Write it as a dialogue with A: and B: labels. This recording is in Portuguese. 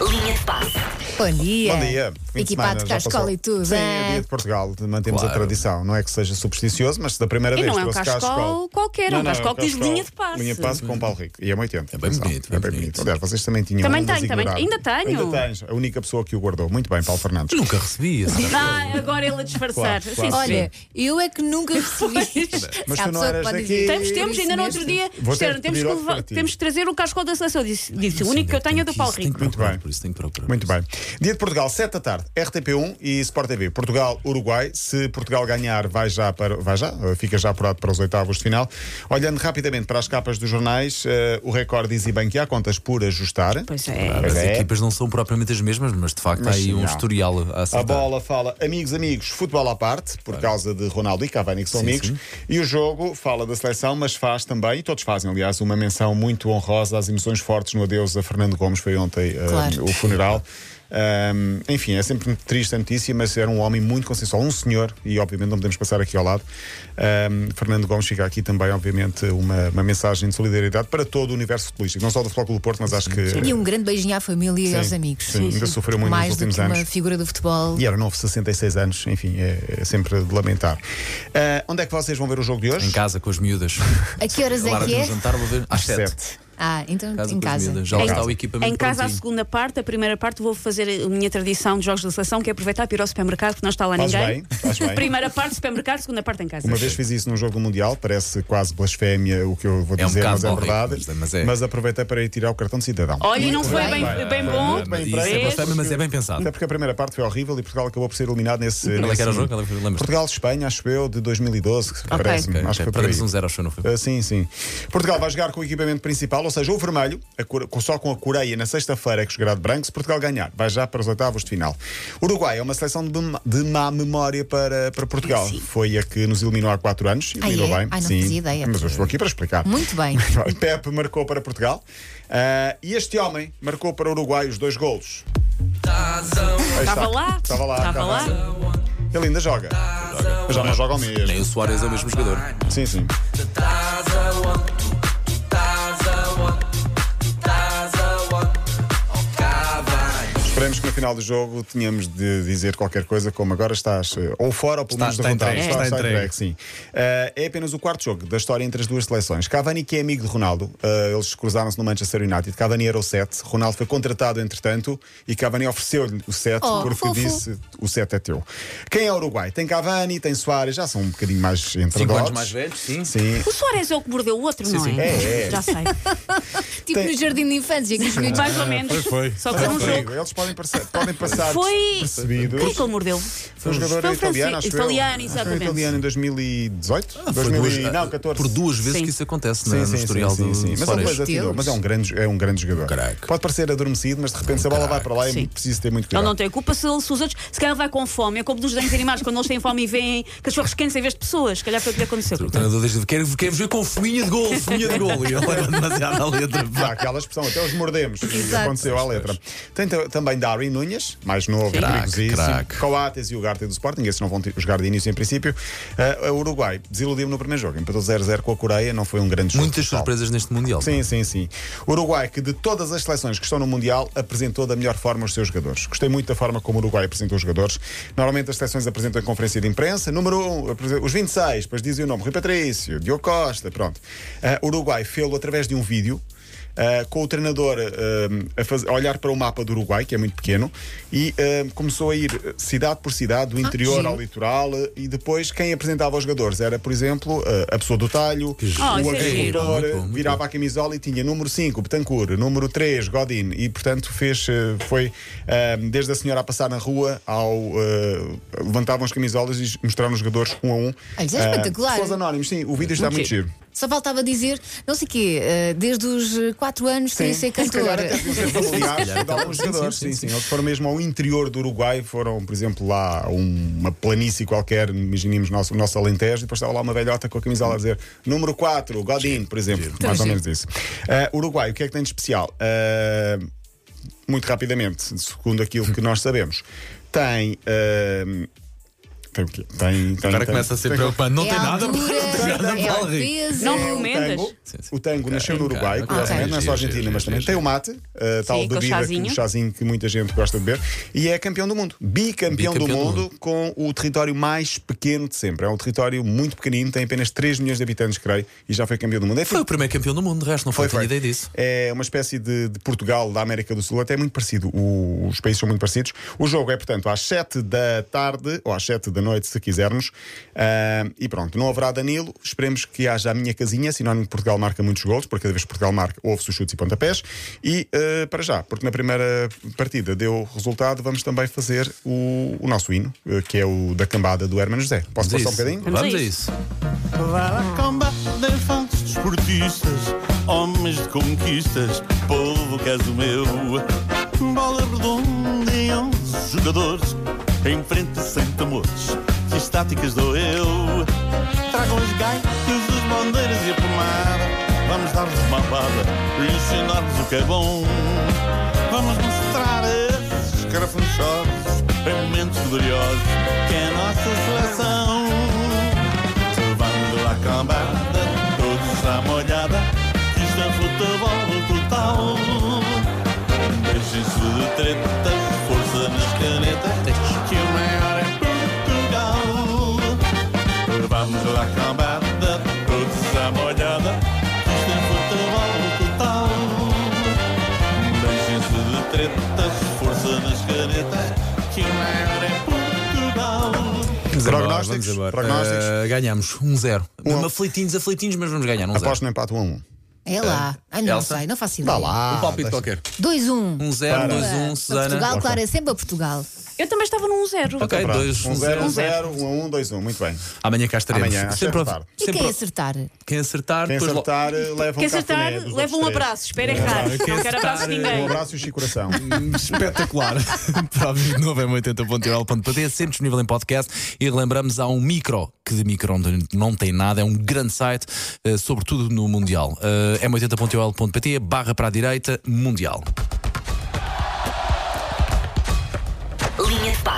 A: Linha de passe.
B: Bom dia.
C: Bom dia. Fim de
B: Equipado
C: semana,
B: de
C: já
B: cascola
C: passou.
B: e tudo.
C: Sim,
B: hein?
C: é dia de Portugal. Mantemos
D: Claro.
C: a tradição. Não é que seja supersticioso, mas se da primeira
A: E
C: vez
A: não é um
C: trouxe
A: cascol qualquer, é um cascol que diz linha de passe.
C: Linha de passe com Paulo Rico. E é muito tempo.
D: É bem bonito,
C: É bem
D: bem bonito.
C: bonito. Aliás, vocês também tinham
A: Também
C: um, mas
A: tenho, também-
C: ignoraram.
A: ainda tenho.
C: Ainda tens. A única pessoa que o guardou. Muito bem, Paulo Fernandes.
D: Nunca recebi esse.
A: Ah, agora ele a disfarçar.
C: Claro,
A: Sim,
C: claro.
A: sim.
B: Olha, eu é que nunca recebi.
C: Mas
B: Há
C: tu não
B: pessoa que
C: eras
B: pode
C: daqui.
B: dizer,
A: Temos,
B: eu
A: temos,
B: disse
A: ainda no
B: mesmo.
A: outro dia,
C: Vou ter
A: disseram,
C: que
A: temos
C: pedir
A: que,
C: outro
A: levar-
C: para ti.
A: temos que trazer o cascol da seleção. Eu Disse, disse, o único que eu tenho é do Paulo Rico.
D: Muito
C: bem.
D: bem. Por isso tenho que procurar.
C: Muito bem. Dia de Portugal, 7 da tarde, RTP1 e Sport TV. Portugal, Uruguai. Se Portugal ganhar, vai já para. Vai já, eh, fica já apurado para os oitavos de final. Olhando rapidamente para as capas dos jornais, eh, o recorde diz e bem que há contas por ajustar.
A: Pois é.
D: As
C: Pois é.
D: equipas não são propriamente as mesmas, mas de facto há
C: Mas
D: aí um
C: não.
D: historial a
C: A
D: acertar.
C: bola fala amigos, amigos, futebol à parte, por causa de Ronaldo e Cavani, que são
D: Sim,
C: amigos.
D: sim.
C: E o jogo fala da seleção, mas faz também, e todos fazem, aliás, uma menção muito honrosa às emoções fortes no adeus a Fernando Gomes. Foi ontem eh,
B: Claro.
C: o funeral. Ahm, enfim, é sempre muito triste a notícia, mas era um homem muito consensual, um senhor, e obviamente não podemos passar aqui ao lado. Ahm, Fernando Gomes fica aqui também, obviamente, uma, uma mensagem de solidariedade para todo o universo futebolístico, não só do Flóculo do Porto, mas acho que.
B: E um grande beijinho à família e
C: Sim,
B: aos amigos.
C: sim, ainda sofreu muito
B: Mais
C: nos últimos
B: do que
C: anos.
B: uma figura do futebol.
C: E era novo, 66 anos, enfim, é, é sempre de lamentar. Ah, onde é que vocês vão ver o jogo de hoje?
D: Em casa, com as miúdas.
B: A que horas é
D: Lara
B: que
D: tem um
B: é?
D: jantar, vou ver. Às sete.
C: Sete.
B: Ah, então
D: Casa
B: em
D: com as
B: casa.
D: miúdas. Já lá
A: Em
D: está
A: casa.
D: o equipamento
A: Em casa, a
D: prontinho.
A: segunda parte, a primeira parte, vou fazer a minha tradição de jogos da seleção, que é aproveitar para ir ao supermercado, porque não está lá
C: Faz
A: ninguém.
C: bem, faz bem.
A: primeira parte, supermercado, segunda parte em casa.
C: Uma vez fiz isso num jogo do Mundial, parece quase blasfémia o que eu vou
D: É um
C: dizer, mas
D: bocado
C: é
D: horrível,
C: verdade.
D: mas- mas é.
C: aproveitei para ir tirar o cartão de cidadão.
A: Olha, e não foi
B: bem.
A: bem, bem bom.
C: Muito bem
D: Isso é
C: Vês?
D: blasfémia, mas é bem pensado.
C: Até porque a primeira parte foi horrível e Portugal acabou por ser eliminado nesse.
D: Qual é que era o
C: nesse-
D: jogo? Ela- lembras-te?
C: Portugal-Espanha, acho eu, de 2012, que
D: Ok,
C: parece-me. Acho
D: ok, ok.
C: que foi por aí.
D: Perdemos um zero ao show, não foi?
C: Ah, sim, sim. Portugal vai jogar com o equipamento principal, ou seja, o vermelho, a cor- com- só com a Coreia na sexta-feira é que jogará de branco. Se Portugal ganhar, vai já para os oitavos de final. Uruguai é uma seleção de, mem- de má memória para, para Portugal. Foi a que nos eliminou há quatro anos.
B: Ah,
C: Eliminou
B: é?
C: bem.
B: Ah, não
C: sim,
B: fazia ideia.
C: Mas eu estou aqui para explicar.
B: Muito bem.
C: Pepe marcou para Portugal Ah, e este homem marcou para o Uruguai os dois golos. Aí está.
A: Estava lá.
C: Estava lá.
A: Estava
C: estava
A: lá.
C: Ele ainda joga. Mas já não joga ao mesmo.
D: Nem o Soares é o mesmo jogador.
C: Sim, sim. Esperemos que no final do jogo tenhamos de dizer qualquer coisa como agora estás eh, ou fora ou pelo
D: Está-
C: menos
D: está
C: da vontade.
D: entregue, está entregue.
C: sim. Eh, é apenas o quarto jogo da história entre as duas seleções. Cavani, que é amigo de Ronaldo, eh, eles cruzaram-se no Manchester United. Cavani era o 7, Ronaldo foi contratado entretanto e Cavani ofereceu-lhe o 7
B: Oh,
C: porque
B: fofo.
C: disse o 7 é teu. Quem é o Uruguai? Tem Cavani, tem Soares, já são um bocadinho mais entre
D: Cinco anos
C: adultos.
D: mais velhos, sim.
C: Sim.
A: O Soares é o que mordeu o outro, não
D: sim.
C: É, é.
A: Já sei.
B: Tipo
C: Tem-
B: no jardim de infância, que os miúdos
A: Mais ou menos.
D: foi.
A: Só que foi um jogo.
C: Eles podem passar, podem passar
A: Foi.
C: percebidos.
A: Quem é que ele mordeu?
C: Foi um jogador
A: Foi um
C: italiano, acho
A: francês-
C: eu. Acho
A: italiano,
C: que foi um
A: exatamente.
C: italiano em 2018?
D: Ah, foi
C: 2000
D: duas-
C: e- não, 14.
D: Por duas vezes
A: Sim.
D: que isso acontece
C: Sim,
D: na-
C: sim,
D: no
C: sim,
D: historial
C: sim,
D: do
C: sim. Mas ele
D: Soares.
C: depois atirou,
B: Deus.
C: mas é um grande, é um grande jogador.
D: Craque.
C: Pode parecer adormecido, mas de repente se a bola vai para lá é
A: Sim.
C: preciso ter muito
A: Ele
C: cuidado.
A: não tem culpa se, ele- se os outros. Se calhar ele vai com fome. É como dos desenhos animais, quando eles têm fome e veem cachorros quentes em vez de pessoas. Se calhar foi o que lhe aconteceu.
D: O treinador diz: quero, quero ver com fominha de gol, fominha de gol. E ele leva demasiado à letra.
C: Há aquela expressão, até os mordemos. que
B: Exato.
C: Aconteceu à letra. Tem ta- também Darwin Nunes, mais novo,
A: Sim.
D: Craque,
C: perigosíssimo.
D: craque.
C: Coates e o Garte do Sporting, esses não vão ter- jogar de início em princípio. Ah, o Uruguai desiludiu-me no primeiro jogo, empatou 0-0 com a Coreia, não foi um grande jogo.
D: Muitas
C: pessoal.
D: surpresas neste Mundial.
C: Sim, sim, sim. O Uruguai, que de todas as seleções que estão no Mundial, apresentou da melhor forma os seus jogadores. Gostei muito da forma como o Uruguai apresentou os jogadores. Normalmente as seleções apresentam em conferência de imprensa. Número 1, um, os 26, depois dizem o nome: Rui Patrício, Diogo Costa, pronto. Ah, o Uruguai fê-lo através de um vídeo. ah, com o treinador ah, a, faz- a olhar para o mapa do Uruguai, que é muito pequeno, e ah, começou a ir ah, cidade por cidade,
D: Ah,
C: do interior
B: giro.
C: ao litoral, ah, e depois quem apresentava os jogadores era, por exemplo, ah, a pessoa do talho,
D: giro.
A: Ah,
C: o
A: isso é giro.
C: agricultor,
D: Muito bom, muito
C: virava a camisola e tinha número 5, Betancourt, número 3, Godin, e portanto fez, eh, foi eh, desde a senhora a passar na rua ao eh, levantavam as camisolas e mostraram os jogadores um a um.
B: Ah, isso é
C: Eh,
B: espetacular.
C: Pessoas anónimos, sim, o vídeo está muito
A: giro.
C: giro.
B: Só faltava dizer, não sei o quê, eh, desde os 4 anos queria ser É
C: Se calhar
B: cantora.
C: até podiam ser familiares
D: calhar
C: de alguns
D: até- sim,
C: jogadores.
D: sim,
C: Sim,
D: sim,
C: sim. Eles foram mesmo ao interior do Uruguai, foram, por exemplo, lá a um- uma planície qualquer, imaginemos o nosso, o nosso Alentejo, e depois estava lá uma velhota com a camisola a dizer número 4, Godin, por exemplo. Mais ou
B: Giro.
C: menos isso. Ah, Uruguai, o que é que tem de especial? Ah, muito rapidamente, segundo aquilo que nós sabemos, tem. ah, Tem o quê? Tem, tem, tem.
D: Agora começa a ser
C: Tem-
D: preocupante. Não
B: é
D: tem
B: a
D: nada
B: altura,
D: para
B: é o
D: Paulo.
B: peso.
A: Não
B: é-
C: O
A: recomendas?
C: um tango, o tango nasceu no
D: Ok,
C: Uruguai,
D: ok.
C: curiosamente, não é só
D: um Giro,
C: Argentina,
D: giro,
C: mas
D: giro,
C: também
D: giro.
C: tem o mate, a tal
A: Sim, com
C: bebida, que-
A: chazinho.
C: o chazinho que muita gente gosta de beber, e é campeão do mundo. Bicampeão, do,
D: Bicampeão do
C: mundo,
D: mundo.
C: com o território mais pequeno de sempre. É um território muito pequenino, tem apenas 3 milhões de habitantes, creio, e já foi campeão do mundo. É
D: Foi o primeiro campeão do mundo, de resto, não foi, tenho ideia disso.
C: é uma espécie de, de Portugal da América do Sul, até é muito parecido. O- os países são muito parecidos. O jogo é, portanto, às 7 da tarde ou às 7 da noite, se quisermos. Ah, e pronto, não haverá Danilo. Esperemos que haja a minha casinha, sinónimo de Portugal marca muitos gols, porque cada vez que Portugal marca, houve-se os chutes e pontapés. E ah, para já, porque na primeira partida deu resultado, vamos também fazer o, o nosso hino, eh, que é o da cambada do Hermano José. Posso passar um
D: Isso.
C: bocadinho?
A: Vamos
D: Vamos
A: a
D: a isso.
E: Para a camba de infantes desportistas, homens de conquistas, povo que és o meu. Bola redonda em 11 jogadores, em frente sem temores, que estáticas dou eu. Tragam os gaitos, os bandeiras e a pomada, vamos dar-lhes uma bada e ensinar-lhes o que é bom. Vamos mostrar a esses escarafunchosos, em momentos gloriosos, que é a nossa seleção. Levando a cambada, todos na molhada, isto é futebol total. Deixem-se de tretas, força nas canetas, que o maior é Portugal. Levamos a cambada, todos na molhada, isto é futebol total. Deixem-se de tretas, força nas canetas, que o maior é Portugal.
D: Vamos embora,
C: Prognósticos?
D: vamos embora.
C: Prognósticos?
D: Ah, ganhamos 1-0. Um
C: Um.
D: aflitinhos, aflitinhos, mas vamos ganhar 1-0.
C: Aposto no empate 1 a 1.
B: É lá. Ai, não
D: Elsa?
B: sei, não faço
C: Vá
B: ideia.
C: lá.
D: um palpite qualquer.
B: 2-1.
D: 1-0,
B: Para-
D: 2-1,
B: para Portugal,
D: Susana.
B: claro, é sempre a Portugal.
A: Eu também estava num zero.
D: Ok,
C: Pronto,
D: 2
C: 1 0 1
D: 1-0.
C: 0 1 1 2 1. Muito bem.
D: Amanhã cá estaremos.
C: Amanhã, às sete
D: sempre
C: da
D: a-
C: tarde.
B: E
D: sempre
B: quem
D: a-
B: acertar?
D: quem acertar,
C: Quem
D: depois logo-
C: acertar, leva um
A: Quem
C: cafuné
A: acertar,
C: dos outros
A: leva um
C: três.
A: abraço. Espera
D: Quem
A: errar. Não quero abraço de
D: acertar,
A: ninguém.
C: Um abraço e o coração.
D: Hum, Espetacular. Provas de novo é em 80.ol.pt, sempre disponível em podcast. E relembramos, há um micro, que de micro não- não tem nada, é um grande site, eh, sobretudo no Mundial. Eh, É 80.ol.pt, barra para a direita, Mundial.
F: Linha de passe.